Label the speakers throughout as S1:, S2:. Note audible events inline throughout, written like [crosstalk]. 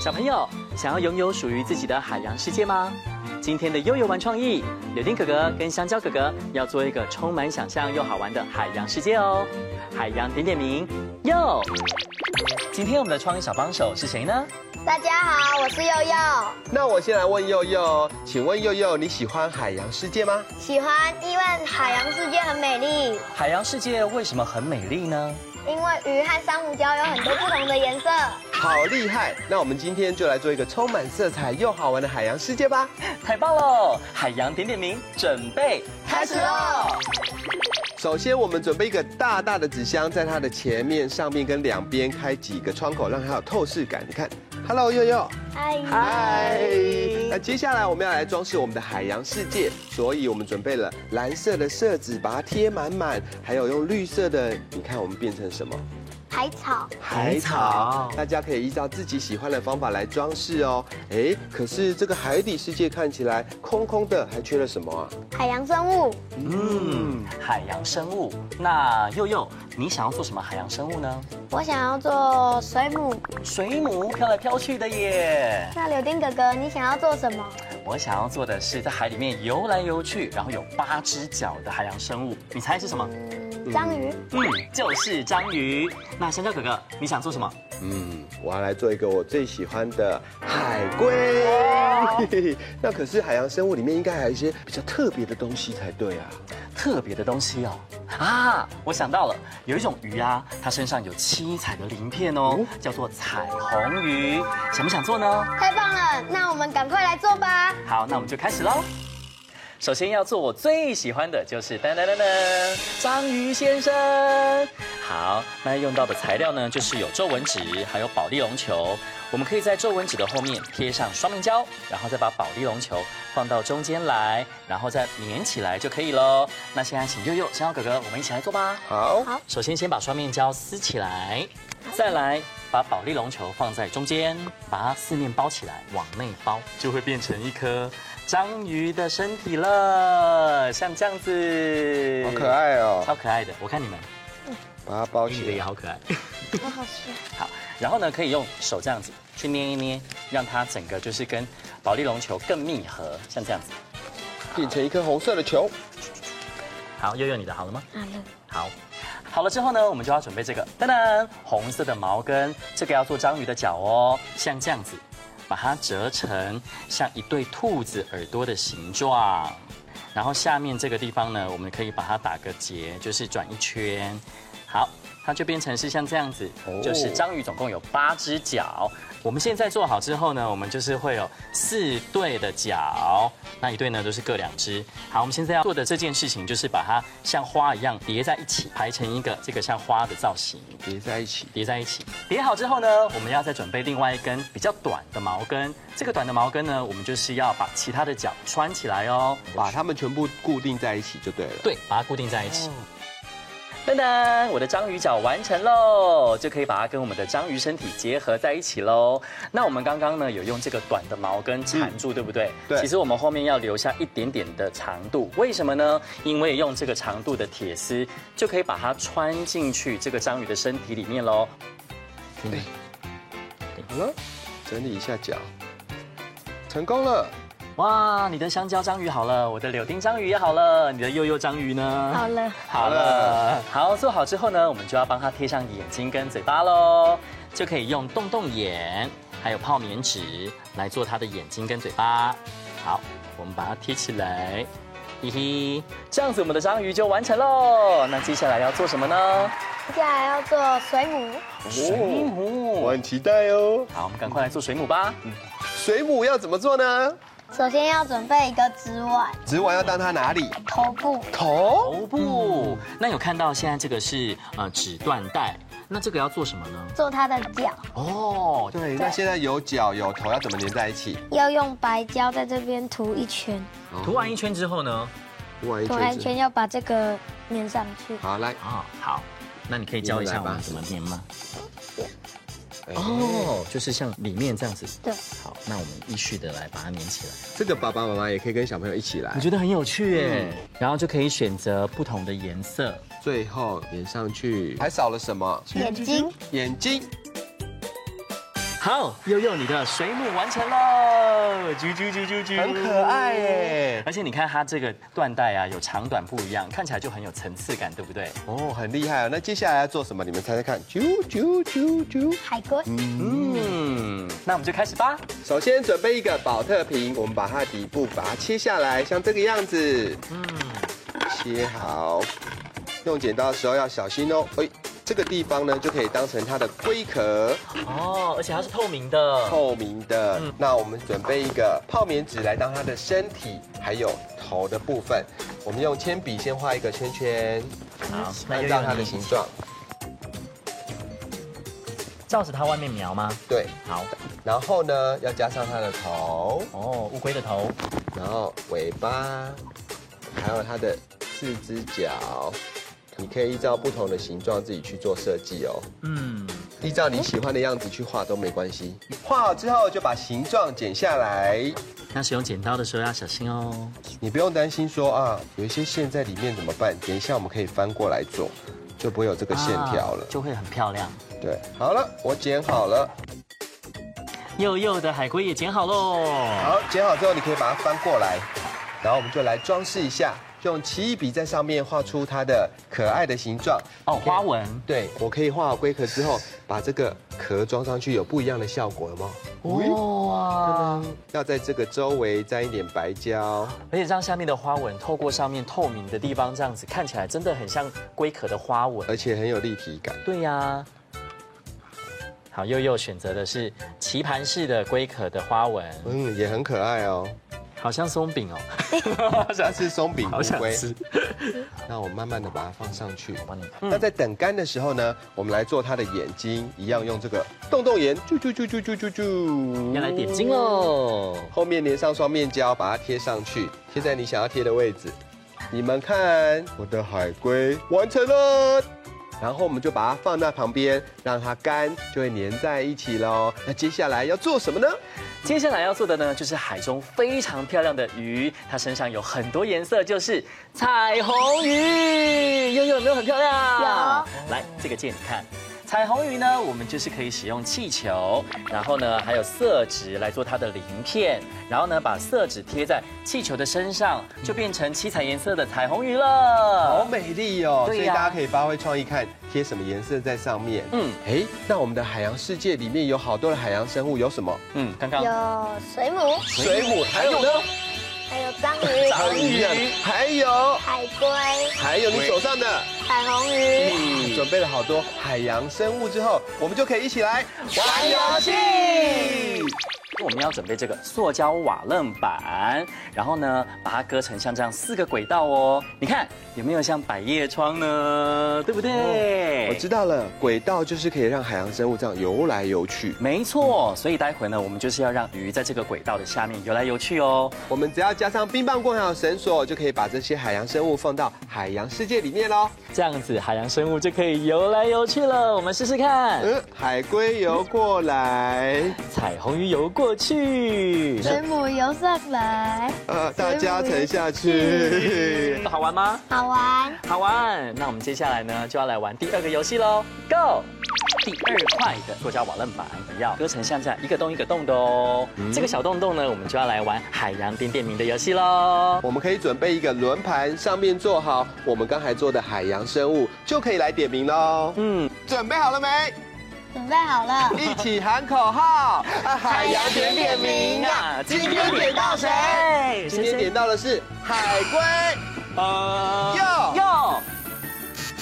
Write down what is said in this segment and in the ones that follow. S1: 小朋友想要拥有属于自己的海洋世界吗？今天的悠悠玩创意，柳丁哥哥跟香蕉哥哥要做一个充满想象又好玩的海洋世界哦。海洋点点名，哟！今天我们的创意小帮手是谁呢？
S2: 大家好，我是佑佑，
S3: 那我先来问佑佑，请问佑佑你喜欢海洋世界吗？
S2: 喜欢因为海洋世界很美丽，
S1: 海洋世界为什么很美丽呢？
S2: 因为鱼和珊瑚礁有很多不同的颜色。
S3: 好厉害！那我们今天就来做一个充满色彩又好玩的海洋世界吧。
S1: 太棒喽！海洋点点名，准备
S2: 开始喽！
S3: 首先，我们准备一个大大的纸箱，在它的前面、上面跟两边开几个窗口，让它有透视感。你看，Hello，佑佑，
S2: 嗨，
S3: 嗨。那接下来我们要来装饰我们的海洋世界，所以我们准备了蓝色的色纸，把它贴满满，还有用绿色的，你看我们变成什么？
S2: 海草，
S1: 海草
S3: 大家可以依照自己喜欢的方法来装饰哦。哎，可是这个海底世界看起来空空的，还缺了什么啊？
S2: 海洋生物，
S1: 嗯，海洋生物。那佑佑，你想要做什么海洋生物呢？
S2: 我想要做水母。
S1: 水母飘来飘去的耶。
S2: 那柳丁哥哥，你想要做什么？
S1: 我想要做的是在海里面游来游去，然后有八只脚的海洋生物。你猜是什么？
S2: 嗯，章鱼。
S1: 嗯，就是章鱼。那香蕉哥哥，你想做什么？
S3: 嗯，我要来做一个我最喜欢的海龟。 [laughs] 那可是海洋生物里面应该还有一些比较特别的东西才对啊。
S1: 特别的东西哦。啊，我想到了，有一种鱼啊，它身上有七彩的鳞片哦，叫做彩虹鱼。想不想做呢？
S2: 太棒了，那我们赶快来做吧。
S1: 好，那我们就开始喽。首先要做我最喜欢的就是噔噔噔噔章鱼先生。好，那用到的材料呢，就是有皱纹纸，还有保丽龙球。我们可以在皱纹纸的后面贴上双面胶，然后再把保丽龙球放到中间来，然后再粘起来就可以喽。那现在请悠悠、香蕉哥哥，我们一起来做吧。
S3: 好，
S2: 好
S1: 首先先把双面胶撕起来，再来把保丽龙球放在中间，把它四面包起来，往内包，就会变成一颗章鱼的身体了，像这样子，
S3: 好可，爱哦，
S1: 超可爱的。我看你们，
S3: 把它包
S1: 你的
S3: 起
S1: 也
S3: 来。
S1: 好可爱。
S2: 我好喜欢。
S1: 好，然后呢，可以用手这样子去捏一捏，让它整个就是跟保丽龙球更密合，像这样子。
S3: 变成一颗红色的球。
S1: 好，悠悠，你的好了吗？
S2: 好了，
S1: 好，好了之后呢，我们就要准备这个，噔噔，红色的毛根，这个要做章鱼的脚哦，像这样子，把它折成像一对兔子耳朵的形状。然后下面这个地方呢，我们可以把它打个结，就是转一圈。好，它就变成是像这样子
S3: 哦，
S1: 就是章鱼总共有八只脚。我们现在做好之后呢，我们就是会有四对的脚，那一对呢都是各两只。好，我们现在要做的这件事情就是把它像花一样叠在一起，排成一个这个像花的造型。
S3: 叠在一起，
S1: 叠在一起。叠好之后呢，我们要再准备另外一根比较短的毛根。这个短的毛根呢，我们就是要把其他的脚穿起来哦，
S3: 把它们全部固定在一起就对了。
S1: 对，把它固定在一起。噔噔，我的章鱼脚完成喽，就可以把它跟我们的章鱼身体结合在一起喽。那我们刚刚呢有用这个短的毛根缠住，对不对？
S3: 对
S1: 其实我们后面要留下一点点的长度，为什么呢？因为用这个长度的铁丝就可以把它穿进去这个章鱼的身体里面喽。
S3: 嗯，整理一下脚，成功了。
S1: 哇，你的香蕉章鱼好了，我的柳丁章鱼也好了，你的悠悠章鱼呢？
S2: 好了，
S1: 好了，好，做好之后呢，我们就要帮它贴上眼睛跟嘴巴喽，就可以用洞洞眼，还有泡棉纸来做它的眼睛跟嘴巴。好，我们把它贴起来，嘿嘿，这样子我们的章鱼就完成喽。那接下来要做什么呢？
S2: 接下来要做水母。
S1: 水
S3: 我
S1: 母。
S3: 很期待哦。
S1: 好，我们赶快来做水母吧。
S3: 水母要怎么做呢？
S2: 首先要准备一个纸碗，
S3: 纸碗要当它哪里？
S2: 头部。
S3: 头。
S1: 头部，哦那有看到现在这个是呃纸缎带，那这个要做什么呢？
S2: 做它的脚，
S1: 哦，
S3: 对，那现在有脚有头，要怎么粘在一起？哦
S2: 要用白胶在这边涂一圈，
S1: 涂完一圈之后呢？
S3: 完一
S2: 涂完一
S3: 圈
S2: 圈
S3: 子。
S2: 要把这个粘上去。
S3: 好，来。
S1: 啊、好，那你可以教一下我们怎么粘吗？
S3: 哎
S1: 哦，就是像里面这样子。
S2: 对，
S1: 好，那我们依序的来把它粘起来。
S3: 这个爸爸妈妈也可以跟小朋友一起来
S1: 我，觉得很有趣耶，嗯然后就可以选择不同的颜色。
S3: 最后粘上去，还少了什么？
S2: 眼睛。
S3: 眼睛。
S1: 好，悠悠，你的水母完成喽！啾啾啾啾啾，
S3: 很可爱耶
S1: 而且你看它这个缎带啊，有长短不一样，看起来就很有层次感，对不对？
S3: 哦，很厉害啊！那接下来要做什么？你们猜猜看，啾啾啾啾。
S2: 海龟，
S1: 嗯，那我们就开始吧。
S3: 首先准备一个保特瓶，我们把它的底部把它切下来，像这个样子。嗯，切好。用剪刀的时候要小心哦。哎，这个地方呢就可以当成它的龟壳，
S1: 哦，而且它是透明的。
S3: 透明的
S1: 嗯。
S3: 那我们准备一个泡棉纸来当它的身体，还有头的部分。我们用铅笔先画一个圈圈，
S1: 好，那
S3: 按
S1: 悠
S3: 照
S1: 悠
S3: 它的
S1: 你
S3: 形状。
S1: 照着它外面描吗？
S3: 对，
S1: 好。
S3: 然后呢要加上它的头。
S1: 哦，乌龟的头。
S3: 然后尾巴，还有它的四只脚，你可以依照不同的形状自己去做设计哦，
S1: 嗯，
S3: 依照你喜欢的样子去画都没关系。画好之后就把形状剪下来，
S1: 那使用剪刀的时候要小心哦。
S3: 你不用担心说啊，有一些线在里面怎么办？等一下我们可以翻过来做，就不会有这个线条了
S1: 啊。就会很漂亮。
S3: 对，好了，我剪好了。
S1: 幼幼的海龟也剪好喽。哦
S3: 好，剪好之后你可以把它翻过来，然后我们就来装饰一下，用奇异笔在上面画出它的可爱的形状。
S1: 哦，花纹。
S3: 对，我可以画好龟壳之后，把这个壳装上去，有不一样的效果，有吗？
S1: 哇！
S3: 要在这个周围沾一点白胶，
S1: 而且让下面的花纹透过上面透明的地方，这样子看起来真的很像龟壳的花纹。
S3: 而且很有立体感。
S1: 对呀、好，悠悠选择的是棋盘式的龟壳的花纹，
S3: 嗯，也很可爱哦。
S1: 好像松饼哦，
S3: 它是松
S1: [laughs]
S3: 饼
S1: 好
S3: 乌
S1: 想
S3: 龟，
S1: 吃。
S3: 那我慢慢的把它放上去。
S1: 帮你
S3: 那在等干的时候呢，我们来做它的眼睛，一样用这个洞洞眼，啾啾啾啾啾啾啾，
S1: 要来点睛。喽。
S3: 后面粘上双面胶，把它贴上去，贴在你想要贴的位置。你们看，我的海龟完成了。然后我们就把它放在旁边，让它干，就会粘在一起喽。那接下来要做什么呢？
S1: 接下来要做的呢，就是海中非常漂亮的鱼，它身上有很多颜色，就是彩虹鱼。悠悠有没有很漂亮？有。来，这个借你看。彩虹鱼呢，我们就是可以使用气球，然后呢，还有色纸来做它的鳞片，然后呢，把色纸贴在气球的身上，就变成七彩颜色的彩虹鱼
S3: 好
S1: 了。
S3: 美丽哦！所
S1: 对呀
S3: 以大家可以发挥创意，看贴什么颜色在上面。
S1: 嗯
S3: 嗯，哎，那我们的海洋世界里面有好多的海洋生物，有什么？
S1: 嗯，刚刚
S2: 有水母，
S3: 水母，还有呢？
S2: 还有章鱼、
S1: 章鱼
S3: 还有，
S2: 海龟、
S3: 还有你手上的。
S2: 彩虹鱼。
S3: 嗯，准备了好多海洋生物之后，我们就可以一起来玩游戏。
S1: 哎我们要准备这个塑胶瓦楞板，然后呢，把它割成像这样四个轨道哦。你看有没有像百叶窗呢？对不对？
S3: 哦我知道了，轨道就是可以让海洋生物这样游来游去。
S1: 没错，所以待会呢，我们就是要让鱼在这个轨道的下面游来游去哦。
S3: 我们只要加上冰棒棍还有绳索，就可以把这些海洋生物放到海洋世界里面喽。
S1: 这样子，海洋生物就可以游来游去了。我们试试看，
S3: 嗯，海龟游过来，
S1: 彩虹鱼游过去，
S2: 水母游上来，
S3: 呃，大家沉下去。
S1: 好玩吗？
S2: 好玩。
S1: 好玩，那我们接下来呢就要来玩第二个游戏喽，Go！第二块的塑胶瓦楞板要割成像这样一个洞一个洞的哦。
S3: 嗯
S1: 这个小洞洞呢，我们就要来玩海洋点点名的游戏喽。
S3: 我们可以准备一个轮盘，上面做好我们刚才做的海洋生物，就可以来点名喽。
S1: 嗯，
S3: 准备好了没？
S2: 准备好了，
S3: 一起喊口号！ [laughs] 海
S2: 洋点点名
S1: 啊
S3: 今天点到谁？
S1: 哎
S3: 今天点到的是海龟，
S1: 呃
S3: 哟
S1: 哟，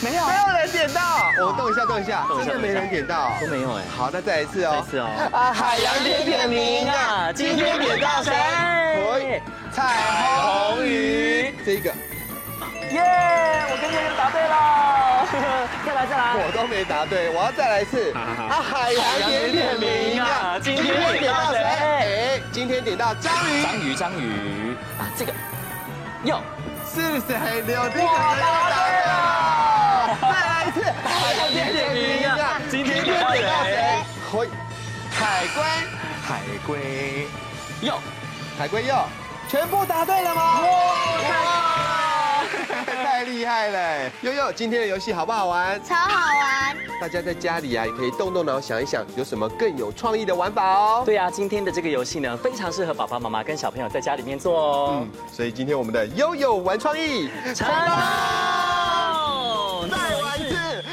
S1: 没有
S3: 没有 [laughs] 人点到。我动一下，动一下
S1: 动，一下
S3: 真的没人点到。
S1: 都没有哎，
S3: 好，那再来一次
S1: 再一
S3: 哦。
S1: 次哦。
S3: 啊，海洋点点名啊，今天点到谁？喂，彩虹鱼，这个
S1: 耶！我跟悠悠答对了， [laughs] 再来再来。
S3: 我都没答对，我要再来一次。
S1: 好好
S3: 啊，海洋点点名啊，今天点到谁？哎，今天点到章鱼，
S1: 章鱼章鱼啊，这个哟。
S3: 是不是很牛？这个很有答对了。再来一次，海洋点点名啊，今天点到谁？嘿，海龟，
S1: 海龟，哟，
S3: [laughs] 海龟哟，全部答对了吗？哇，太厉害嘞！悠悠，今天的游戏好不好玩？
S2: 超好玩，
S3: 大家在家里啊，也可以动动脑想一想，有什么更有创意的玩法哦。
S1: 对呀、今天的这个游戏呢，非常适合爸爸妈妈跟小朋友在家里面做哦
S3: 嗯。，所以今天我们的悠悠玩创意，
S1: 成功！
S3: 再玩一次，